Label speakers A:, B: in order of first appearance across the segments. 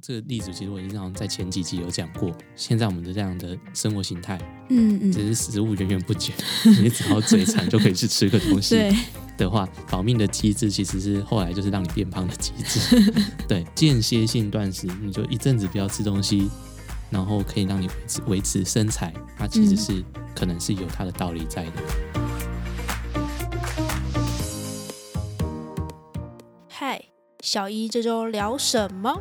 A: 这个例子其实我已经好像在前几集有讲过。现在我们的这样的生活形态，
B: 嗯嗯，
A: 只是食物源源不绝， 你只要嘴馋就可以去吃个东西。
B: 对，
A: 的话，保命的机制其实是后来就是让你变胖的机制。 对，间歇性断食，你就一阵子不要吃东西，然后可以让你维持维持身材，它其实是、可能是有它的道理在的。
B: 嗨，小一这周聊什么？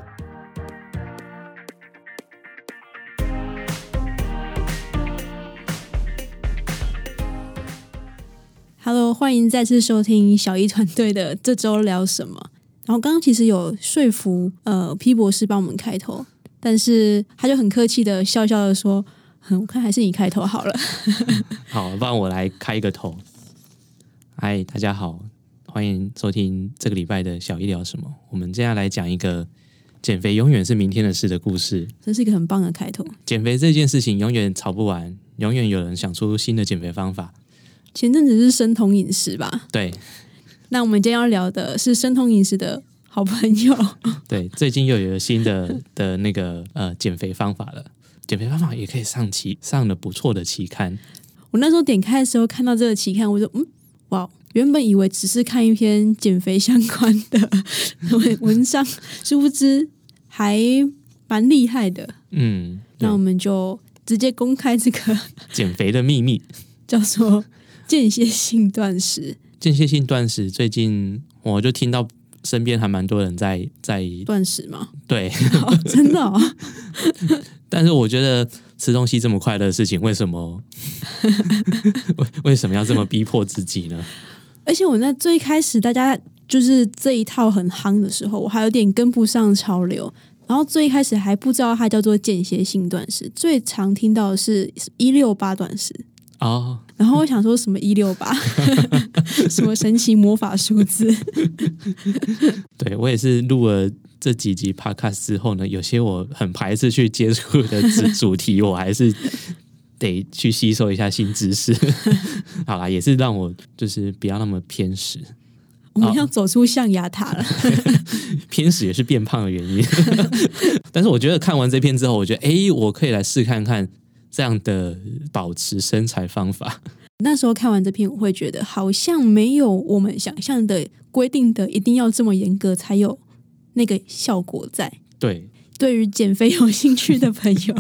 B: Hello，欢迎再次收听小一团队的这周聊什么。然后刚刚其实有说服呃 P 博士帮我们开头，但是他就很客气的笑笑的说：“嗯哼，我看还是你开头好了。
A: 好，不然我来开一个头。嗨，大家好，欢迎收听这个礼拜的小医聊什么。我们接下来讲一个减肥永远是明天的事的故事。”
B: 这是一个很棒的开头。
A: 减肥这件事情永远吵不完，永远有人想出新的减肥方法。
B: 前阵子是生酮饮食吧？
A: 对
B: 那我们今天要聊的是生酮饮食的好朋友，
A: 对，最近又有了新的 的那个呃减肥方法了。减肥方法也可以上期上了不错的期刊，
B: 我那时候点开的时候看到这个期刊，我就嗯，哇！原本以为只是看一篇减肥相关的 文文章，殊不知还蛮厉害的。
A: 嗯，
B: 那我
A: 有
B: 们就直接公开这个
A: 减肥的秘密。
B: 叫做间歇性断食、
A: 间歇性断食，最近我就听到身边还蛮多人在在
B: 断食嘛？
A: 对，
B: 哦、真的哦，
A: 但是我觉得吃东西这么快乐的事情，为什 么为为什么要这么逼迫自己呢？
B: 而且我那最开始大家就是这一套很夯的时候，我还有点跟不上潮流。然后最开始还不知道它叫做间歇性断食，最常听到的是一六八断食。
A: 哦，
B: 然后我想说什么一六八， 什么神奇魔法数字，
A: 对我也是录了这几集 podcast 之后呢，有些我很排斥去接触的主主题，我还 是得去吸收一下新知 识。好啦，也是让我就是不要那么偏食，
B: 我们要走出象牙塔了。
A: 偏食也是变胖的原 因。但是我觉得看完这篇之后，我觉得诶，我可以来试看看这样的保持身材方法。
B: 那时候看完这篇，我会觉得好像没有我们想象的规定的一定要这么严格才有那个效果在。
A: 对，
B: 对于减肥有兴趣的朋友，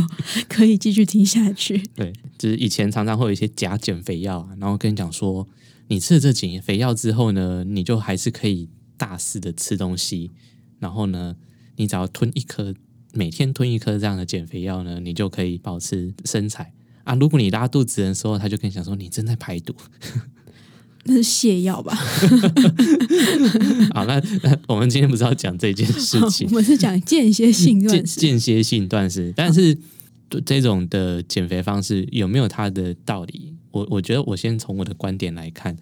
B: 可以继续听下去。
A: 对，就是以前常常会有一些假减肥药啊，然后跟你讲说，你吃了这减肥药之后呢，你就还是可以大肆的吃东西，然后呢，你只要吞一颗，每天吞一颗这样的减肥药呢，你就可以保持身材啊。如果你拉肚子的时候，他就跟你讲说，你正在排毒
B: 那是泻药吧？
A: 好，那那我们今天不是要讲这件事情
B: 我，们是讲间歇
A: 嗯
B: 性
A: 间
B: 断食。
A: 间歇性断食，但是对这种的减肥方式有没有它的道理？我我觉得我先从我的观点来看，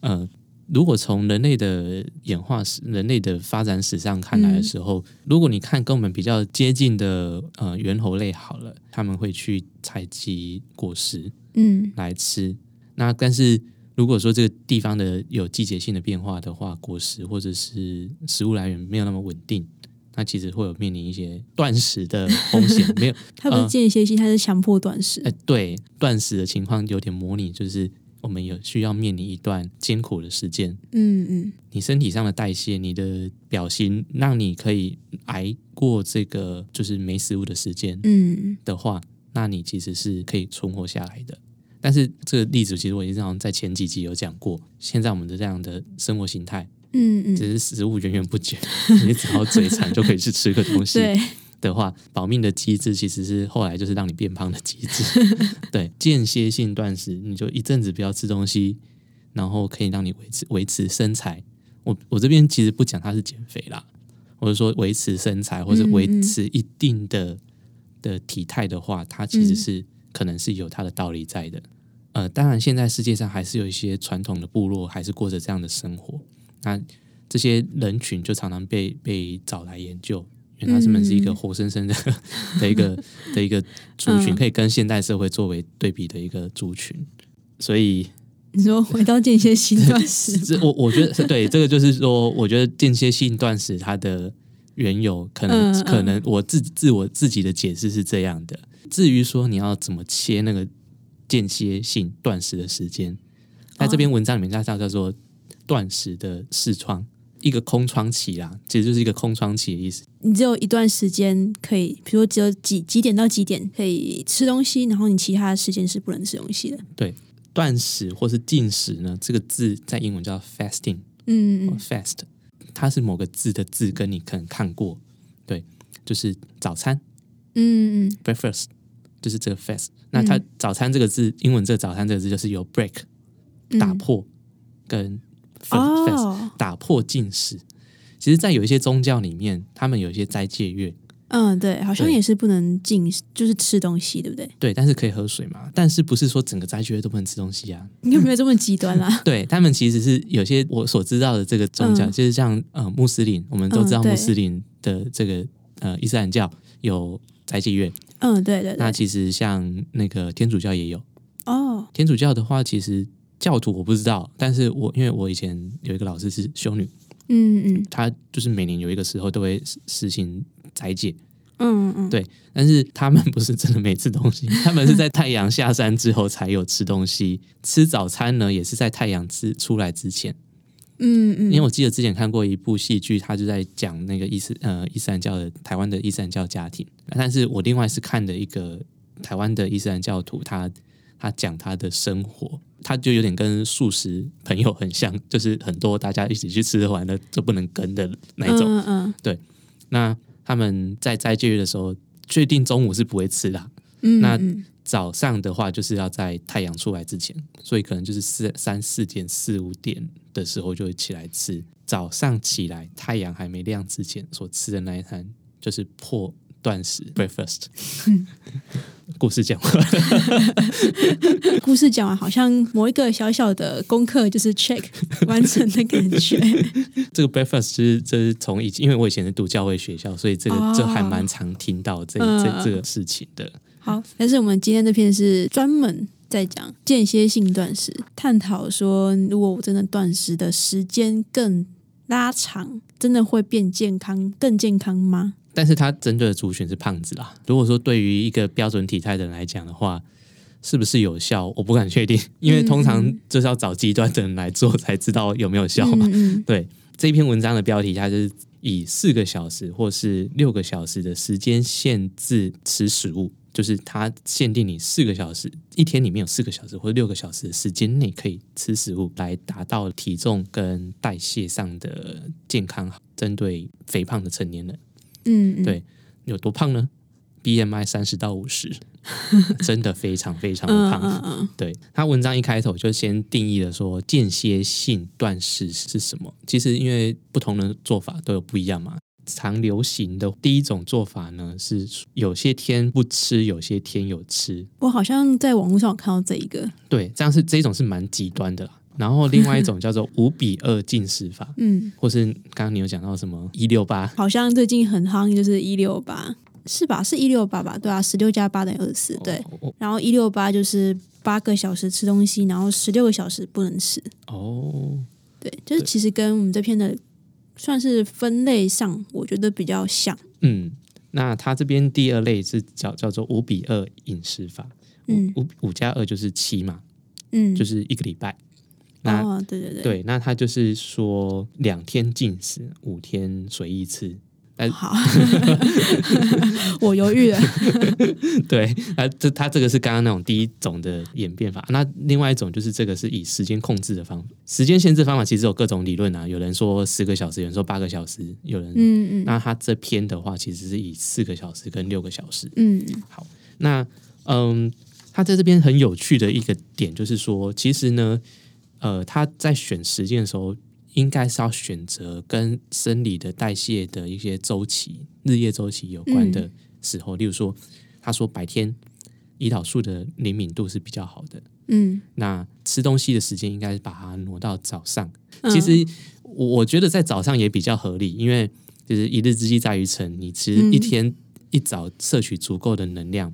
A: 呃，如果从人类的演化史、人类的发展史上看来的时候，如果你看跟我们比较接近的呃猿猴类好了，他们会去采集果实
B: 嗯
A: 来吃，那但是。如果说这个地方的有季节性的变化的话，果实或者是食物来源没有那么稳定，那其实会有面临一些断食的风险。没有，
B: 它不是
A: 呃
B: 间歇性，它是强迫断食。
A: 哎，对，断食的情况有点模拟，就是我们有需要面临一段艰苦的时间，
B: 嗯嗯，
A: 你身体上的代谢、你的表型，让你可以挨过这个就是没食物的时间
B: 嗯，
A: 的话，那你其实是可以存活下来的。但是这个例子其实我已经好像在前几集有讲过，现在我们的这样的生活形态，
B: 嗯嗯，
A: 只是食物源源不绝，你只要嘴馋就可以去吃个东西。
B: 对，
A: 的话，保命的机制其实是后来就是让你变胖的机制。对，间歇性断食，你就一阵子不要吃东西，然后可以让你维持维持身材。我我这边其实不讲它是减肥啦，我是说维持身材或者
B: 嗯嗯
A: 维持一定的的体态的话，它其实是、可能是有它的道理在的。呃，当然现在世界上还是有一些传统的部落还是过着这样的生活，那这些人群就常常被被找来研究，因为他们是一个
B: 嗯
A: 活生生的 的一个的一个族群，
B: 嗯
A: 可以跟现代社会作为对比的一个族群。所以，
B: 你说回到间歇性断食
A: 这我我觉得是对这个，就是说，我觉得间歇性断食它的缘由，可能、
B: 嗯嗯
A: 可能我自自我自己的解释是这样的。至于说你要怎么切那个间歇性断食的时间，在这
B: 哦
A: 篇文章里面，它叫叫做断食的视窗，一个空窗期啦，其实就是一个空窗期的意思。
B: 你只有一段时间可以，比如说只有几几点到几点可以吃东西，然后你其他的时间是不能吃东西的。
A: 断食或是禁食呢，这个字在英文叫 fasting。
B: 嗯，
A: 或
B: 嗯
A: fast，它是某个字的字根，你可能看过，对，就是早餐
B: 嗯嗯
A: breakfast，就是这个 fast。那它早餐这个字，英文这个早餐这个字就是有 break
B: 嗯，
A: 打破跟 f a s t
B: 哦，
A: 打破禁食。其实，在有一些宗教里面，他们有一些斋戒月，
B: 嗯，对，好像
A: 对
B: 也是不能进，就是吃东西，对不对？
A: 对，但是可以喝水嘛。但是不是说整个斋戒月都不能吃东西啊？
B: 你有没有这么极端啦？
A: 对他们其实是有些我所知道的这个宗教，
B: 嗯
A: 就是像呃穆斯林，我们都知道
B: 嗯对
A: 穆斯林的这个、呃伊斯兰教有斋戒月，
B: 嗯，对对
A: 那
B: 对，
A: 其实像那个天主教也有，
B: 哦，
A: 天主教的话，其实教徒我不知道，但是我因为我以前有一个老师是修女，
B: 嗯嗯
A: 她就是每年有一个时候都会实实行斋戒，
B: 嗯嗯，
A: 对但是他们不是真的没吃东西，他们是在太阳下山之后才有吃东西，吃早餐呢也是在太阳之出来之前。
B: 嗯嗯，
A: 因为我记得之前看过一部戏剧，它就在讲那个伊斯呃伊斯兰教的台湾的伊斯兰教家庭，但是我另外是看的一个台湾的伊斯兰教徒，他他讲他的生活，他就有点跟素食朋友很像，就是很多大家一起去吃完了就不能跟的那一种。
B: 嗯嗯
A: 那他们在斋戒月的时候，确定中午是不会吃啦，
B: 嗯，
A: 那
B: 嗯
A: 早上的话就是要在太阳出来之前，所以可能就是四三四点、四五点的时候就会起来吃。早上起来太阳还没亮之前所吃的那一餐就是破断食 breakfast。故事讲完，
B: 故事讲完，好像某一个小小的功课就 是 check 完成的感觉。
A: 这个 breakfast 其实这是从以前，因为我以前是读教会学校，所以这个、
B: 哦
A: 这还蛮常听到这
B: 嗯
A: 这这个事情的。
B: 好，但是我们今天这篇是专门在讲间歇性断食，探讨说如果我真的断食的时间更拉长，真的会变健康，更健康吗？
A: 但是它针对的族群是胖子啦。如果说对于一个标准体态的人来讲的话，是不是有效，我不敢确定，因为通常就是要找极端的人来做才知道有没有效嘛。
B: 嗯嗯
A: 对这篇文章的标题，它就是以四个小时或是六个小时的时间限制吃食物，就是它限定你四个小时，一天里面有四个小时或六个小时的时间内可以吃食物，来达到体重跟代谢上的健康，针对肥胖的成年人。
B: 嗯嗯，
A: 对有多胖呢？BMI 三十到五 十，真的非常非常的
B: 嗯
A: 胖。
B: 嗯嗯
A: 对他文章一开头就先定义了说间歇性断食是什么。其实因为不同的做法都有不一样嘛。常流行的第一种做法呢是有些天不吃，有些天有吃。
B: 我好像在网络上有看到这一个，
A: 对，这样是这种是蛮极端的啦。然后另外一种叫做五比二进食法，
B: 嗯，
A: 或是刚刚你有讲到什么一六八，
B: 好像最近很夯，就是一六八，是吧？是一六八吧？对啊，十六加八等于二十四，对。
A: 哦
B: 然后一六八就是八个小时吃东西，然后十六个小时不能吃。
A: 哦，
B: 对，就是
A: 对
B: 其实跟我们这篇的算是分类上，我觉得比较像。
A: 嗯，那它这边第二类是叫叫做五比二饮食法，
B: 嗯
A: 五五加二就是七嘛，
B: 嗯，
A: 就是是一个礼拜。那、
B: 哦，对对对，
A: 对，那它就是说两天禁食，五天随意吃。
B: 好， 我犹豫了。
A: 对，那这它这个是刚刚那种第一种的演变法。那另外一种就是这个是以时间控制的方法，时间限制方法其实有各种理论啊，有人说十个小时，有人说八个小时，有人。
B: 嗯嗯
A: 那它这篇的话，其实是以四个小时跟六个小时。
B: 嗯
A: 那嗯，他在这边很有趣的一个点就是说，其实呢，呃，他在选时间的时候，应该是要选择跟生理的代谢的一些周期、日夜周期有关
B: 嗯
A: 的时候，例如说，他说白天胰岛素的灵敏度是比较好的，
B: 嗯
A: 那吃东西的时间应该把它挪到早上。
B: 嗯，
A: 其实我我觉得在早上也比较合理，因为就是一日之计在于晨，你其实
B: 嗯
A: 一天一早摄取足够的能量、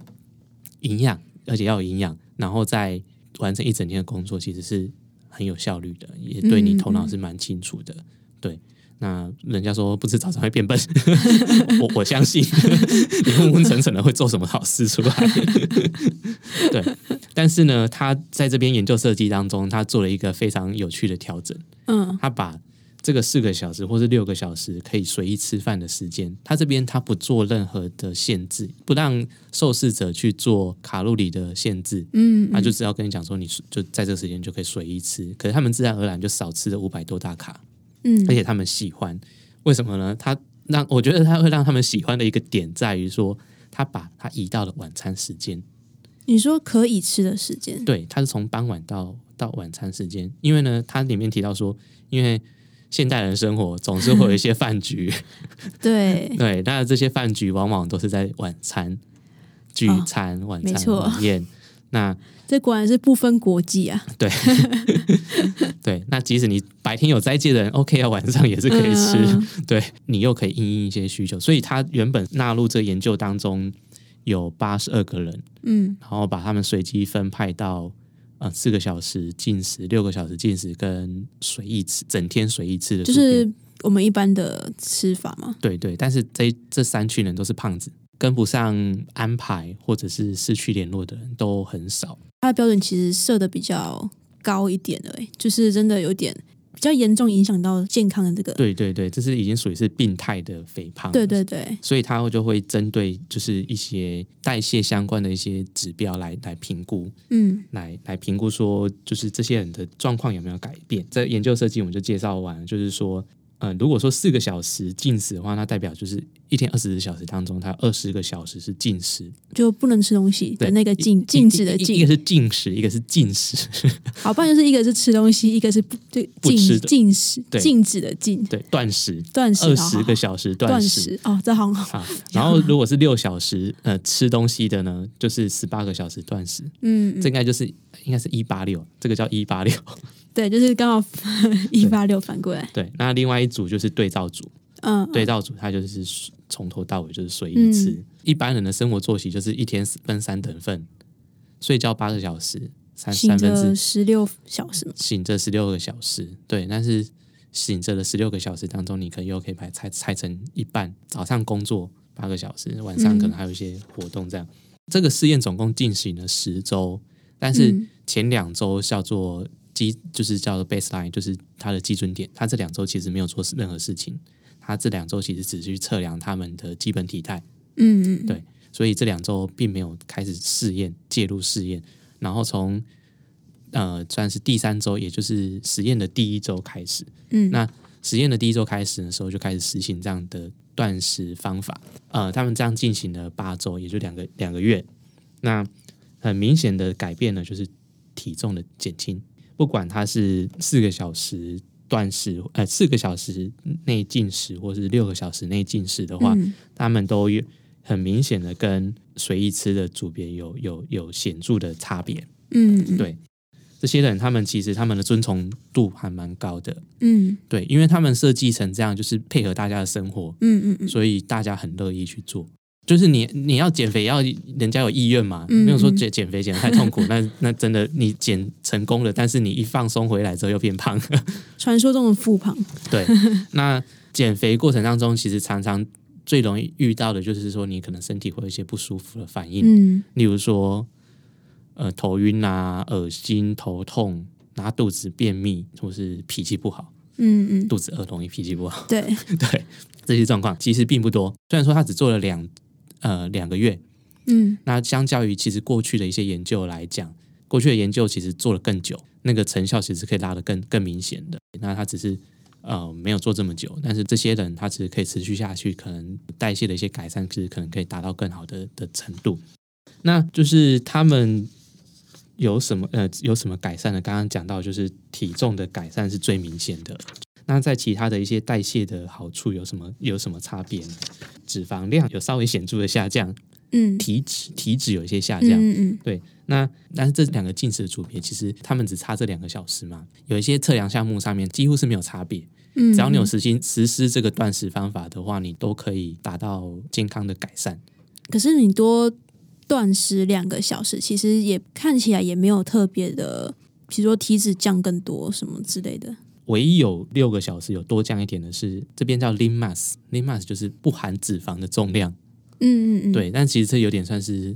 A: 营养，而且要有营养，然后再完成一整天的工作，其实是很有效率的，也对你头脑是蛮清楚的。对，那人家说不吃早餐会变笨， 我我相信你昏昏沉沉的会做什么好事出来。对，但是呢，他在这边研究设计当中，他做了一个非常有趣的调整。
B: 嗯
A: 他把这个四个小时或是六个小时可以随意吃饭的时间，他这边他不做任何的限制，不让受试者去做卡路里的限制，
B: 嗯，
A: 他就只要跟你讲说，你就在这个时间就可以随意吃，可是他们自然而然就少吃了五百多大卡，
B: 嗯
A: 而且他们喜欢，为什么呢？他让我觉得他会让他们喜欢的一个点在于说，他把它移到了晚餐时间。
B: 你说可以吃的时间，
A: 对，它是从傍晚到到晚餐时间，因为呢，它里面提到说，因为现代人生活总是会有一些饭 局，
B: 对，
A: 对，那这些饭局往往都是在晚餐、聚餐、晚
B: 哦没
A: 餐
B: 错
A: 晚宴。那
B: 这果然是不分国际啊，
A: 对，那即使你白天有斋戒的人，OK 啊，晚上也是可以吃，
B: 嗯 嗯
A: 对你又可以应应一些需求，所以他原本纳入这研究当中有八十二个人，
B: 嗯
A: 然后把他们随机分派到呃四个小时进食、六个小时进食跟随意吃、整天随意吃的
B: 就
A: 薯片，
B: 是我们一般的吃法嘛，
A: 对对。但是这这三群人都是胖子，跟不上安排或者是失去联络的人都很少。
B: 它的标准其实设的比较高一点了、欸，就是真的有点比较严重影响到健康的这个，
A: 对啊对对，这是已经属于是病态的肥胖。
B: 对对对，
A: 所以他就会针对就是一些代谢相关的一些指标来来评估，
B: 嗯
A: 来来评估说，就是这些人的状况有没有改变。在研究设计，我们就介绍完，就是说，呃，如果说四个小时进食的话，那代表就是一天二十四小时当中，它二十个小时是禁食
B: 就不能吃东西的
A: 对
B: 那个禁
A: 一
B: 禁止的
A: 一一一
B: 禁
A: 个，是禁食，一个是禁食，
B: 好，不然就是一个是吃东西，一个是不就
A: 不
B: 禁
A: 吃的
B: 禁食
A: 对
B: 禁止的 禁
A: 对，断食，
B: 断食，
A: 二
B: 好
A: 十
B: 好
A: 个小时断
B: 断
A: 食。
B: 食哦，这好好，
A: 啊，然后如果是六小时呃吃东西的呢，就是十八个小时断食，
B: 嗯，
A: 这应该就是应该是一八六，这个叫一八六。
B: 对，就是刚好一八六反过来，
A: 对，那另外一组就是对照组，
B: 嗯，
A: 对照组它就是从头到尾就是随意吃。
B: 嗯
A: 一般人的生活作息就是一天分三等份，睡觉八个小时，三
B: 醒
A: 三分
B: 着
A: 之
B: 十六小时嘛，
A: 醒着十六个小时。对，但是醒着的十六个小时当中，你可以又可以把它拆拆成一半，早上工作八个小时，晚上
B: 嗯
A: 可能还有一些活动这样。这个试验总共进行了十周，但是
B: 嗯
A: 前两周叫做基，就是叫做 baseline，就是它的基准点。它这两周其实没有做任何事情，它这两周其实只是去测量他们的基本体态，
B: 嗯嗯，
A: 对所以这两周并没有开始试验介入试验。然后从呃算是第三周，也就是实验的第一周开始，
B: 嗯
A: 那实验的第一周开始的时候就开始实行这样的断食方法。呃，他们这样进行了八周，也就两个两个月。那很明显的改变呢，就是体重的减轻。不管它是四个小时断食，呃，四个小时内进食，或是六个小时内进食的话，
B: 嗯
A: 他们都有很明显的跟随意吃的组别有有有显著的差别。
B: 嗯嗯
A: 对这些人，他们其实他们的遵从度还蛮高的。
B: 嗯
A: 对，因为他们设计成这样，就是配合大家的生活，
B: 嗯嗯嗯，
A: 所以大家很乐意去做。就是你你要减肥，要人家有意愿嘛，
B: 嗯
A: 没有说
B: 嗯
A: 减减肥减得太痛 苦，那那真的你减成功了，但是你一放松回来之后又变胖。
B: 传说中的复胖，
A: 对， 那减肥过程当中，其实常常最容易遇到的就是说，你可能身体会有一些不舒服的反应，
B: 嗯
A: 例如说呃头晕啊、恶心、头痛、拉肚子、便秘，或是脾气不好，
B: 嗯嗯，
A: 肚子饿容易脾气不好。
B: 对，
A: 对这些状况其实并不多。虽然说他只做了两呃两个月，
B: 嗯
A: 那相较于其实过去的一些研究来讲，过去的研究其实做了更久，那个成效其实可以拉得更更明显的。那他只是呃没有做这么久，但是这些人他其实可以持续下去，可能代谢的一些改善，其实可能可以达到更好的的程度。那就是他们。有什么呃有什么改善呢？刚刚讲到就是体重的改善是最明显的，那在其他的一些代谢的好处有什么有什么差别呢？脂肪量有稍微显著的下降，
B: 嗯
A: 体脂体脂有一些下降。
B: 嗯嗯
A: 对，那但是这两个进食的组别，其实他们只差这两个小时嘛，有一些测量项目上面几乎是没有差别。
B: 嗯，
A: 只要你有实行实施这个断食方法的话，你都可以达到健康的改善。
B: 可是你多断食两个小时，其实也看起来也没有特别的，比如说体脂降更多什么之类的。
A: 唯一有六个小时有多降一点的是，这边叫 lean mass，lean mass 就是不含脂肪的重量。
B: 嗯嗯嗯，
A: 对，但其实这有点算是，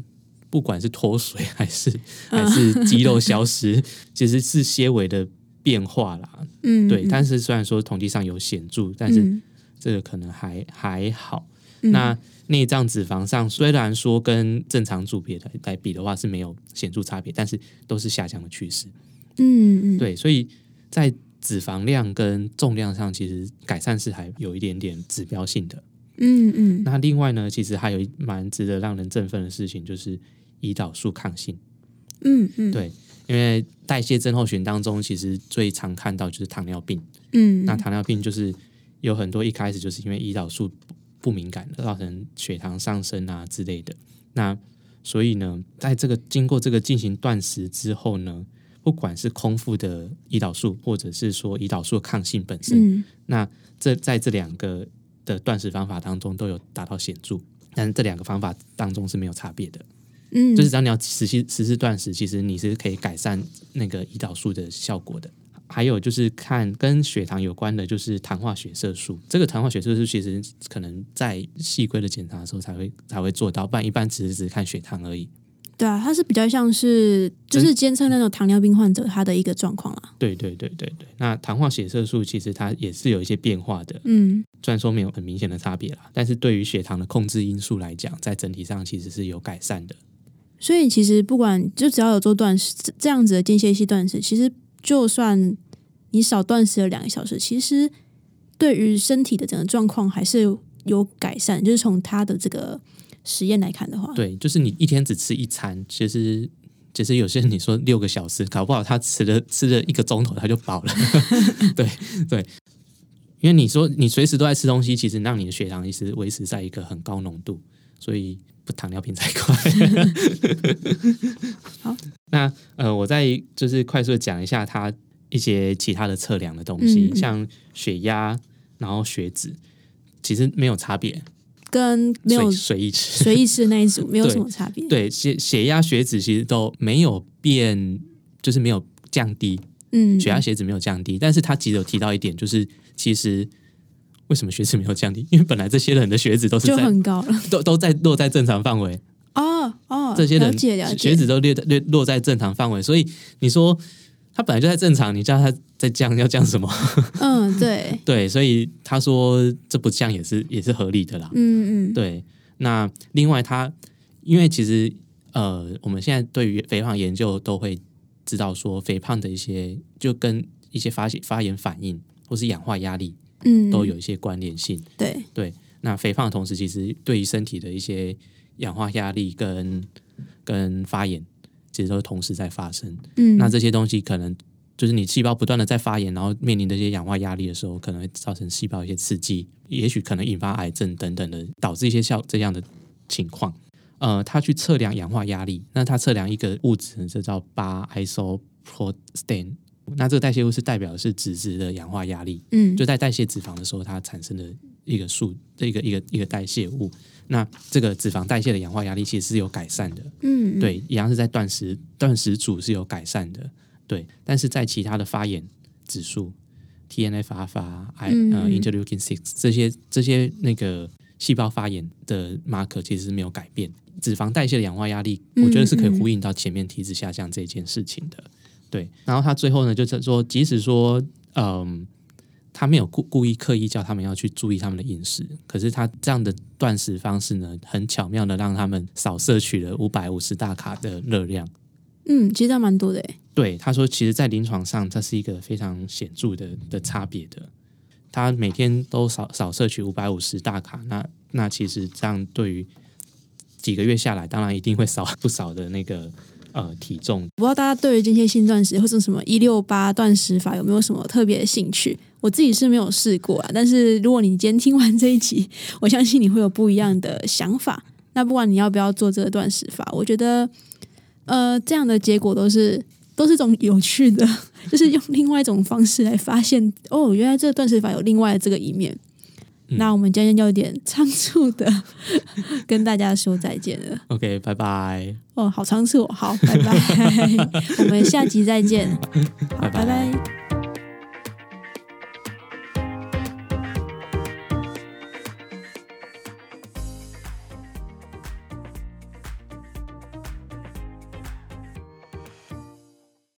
A: 不管是脱水还是 还是肌肉消失，其实是些微的变化啦。
B: 嗯，嗯，
A: 对，
B: 嗯
A: 但是虽然说统计上有显著，但是
B: 嗯
A: 这个可能还还好。
B: 嗯
A: 那内脏脂肪上虽然说跟正常组别来来比的话是没有显著差别，但是都是下降的趋势。
B: 嗯嗯，
A: 对，所以在脂肪量跟重量上，其实改善是还有一点点指标性的。
B: 嗯嗯
A: 那另外呢，其实还有一蛮值得让人振奋的事情，就是胰岛素抗性。
B: 嗯嗯，
A: 对，因为代谢症候群当中，其实最常看到就是糖尿病。
B: 嗯，
A: 那糖尿病就是有很多一开始就是因为胰岛素不不敏感，造成血糖上升啊之类的。那所以呢，在这个经过这个进行断食之后呢，不管是空腹的胰岛素，或者是说胰岛素抗性本身，
B: 嗯
A: 那这在这两个的断食方法当中都有达到显著，但是这两个方法当中是没有差别的。
B: 嗯，
A: 就是只要你要实施实施断食，其实你是可以改善那个胰岛素的效果的。还有就是看跟血糖有关的，就是糖化血色素。这个糖化血色素其实可能在细规的检查的时候才会才会做到，不然一般只是只看血糖而已。
B: 对啊，它是比较像是就是监测那种糖尿病患者他的一个状况啦。
A: 对对对对对。那糖化血色素其实它也是有一些变化的，
B: 嗯
A: 虽然说没有很明显的差别啦，但是对于血糖的控制因素来讲，在整体上其实是有改善的。
B: 所以其实不管就只要有做断食这这样子的间歇性断食，其实就算你少断食了两个小时，其实对于身体的整个状况还是有改善。就是从他的这个实验来看的话，
A: 对，就是你一天只吃一餐，其实其实有些人你说六个小时，搞不好他吃了吃了一个钟头他就饱了。 对对，因为你说你随时都在吃东西，其实让你的血糖一直维持在一个很高浓度，所以不糖尿病才怪。
B: 好，
A: 那呃，我再就是快速地讲一下它一些其他的测量的东西，
B: 嗯嗯
A: 像血压，然后血脂，其实没有差别，
B: 跟没
A: 随
B: 有
A: 随意吃。
B: 随意吃的那一组没有
A: 对
B: 什么差别。
A: 对血血压、血脂其实都没有变，就是没有降低，
B: 嗯，
A: 血压、血脂没有降低。但是他其实有提到一点，就是其实为什么血脂没有降低？因为本来这些人的血脂都是
B: 就
A: 在
B: 很高了。
A: 都都在落在正常范围，
B: 哦哦，
A: 这些
B: 了
A: 人
B: 解了解
A: 血脂都略略落在正常范围，所以你说他本来就在正常，你叫他再降要降什么？
B: 嗯，对，
A: 对，所以他说这不降也是也是合理的啦。
B: 嗯嗯，
A: 对，那另外它，因为其实呃，我们现在对于肥胖研究都会知道说，肥胖的一些就跟一些发现发炎反应或是氧化压力
B: 嗯
A: 都有一些关联性。
B: 对，
A: 对，那肥胖的同时，其实对于身体的一些氧化压力跟跟发炎，其实都同时在发生。
B: 嗯，
A: 那这些东西可能。就是你细胞不断的在发炎，然后面临这些氧化压力的时候，可能会造成细胞一些刺激，也许可能引发癌症等等的，导致一些像这样的情况。呃，他去测量氧化压力，那他测量一个物质，这叫八 isoprostan。那这个代谢物是代表的是脂质的氧化压力，
B: 嗯
A: 就在代谢脂肪的时候，它产生的一个数，一个一个一个代谢物。那这个脂肪代谢的氧化压力其实是有改善的，
B: 嗯嗯
A: 对，一样是在断食断食组是有改善的，对，但是在其他的发炎指数，TNF 阿法、I 呃
B: 嗯
A: interleukin six 这些这些那个细胞发炎的 marker 其实是没有改变，脂肪代谢的氧化压力，我觉得是可以
B: 嗯嗯
A: 呼应到前面体脂下降这件事情的，对。然后他最后呢，就是说，即使说，嗯。他没有故故意刻意叫他们要去注意他们的饮食，可是他这样的断食方式呢，很巧妙的让他们少摄取了五百五十大卡的热量。
B: 嗯，其实还蛮多的诶，
A: 对，他说，其实，在临床上，这是一个非常显著的的差别的。他每天都少少摄取五百五十大卡，那那其实这样对于几个月下来，当然一定会少 不少的那个呃体重
B: 我不知道大家对于间歇性断食或者什么一六八断食法有没有什么特别的兴趣？我自己是没有试过啊，但是如果你今天听完这一集， 我相信你会有不一样的想法。那不管你要不要做这个断食法，我觉得，呃，这样的结果都是都是种有趣的， 就是用另外一种方式来发现哦，原来这个断食法有另外的这个一面。
A: 嗯
B: 那我们今天就有点仓促的 跟大家说再见了。
A: OK，拜拜，
B: 哦，好仓促哦，好，拜拜，我们下集再见，好，
A: 拜
B: 拜拜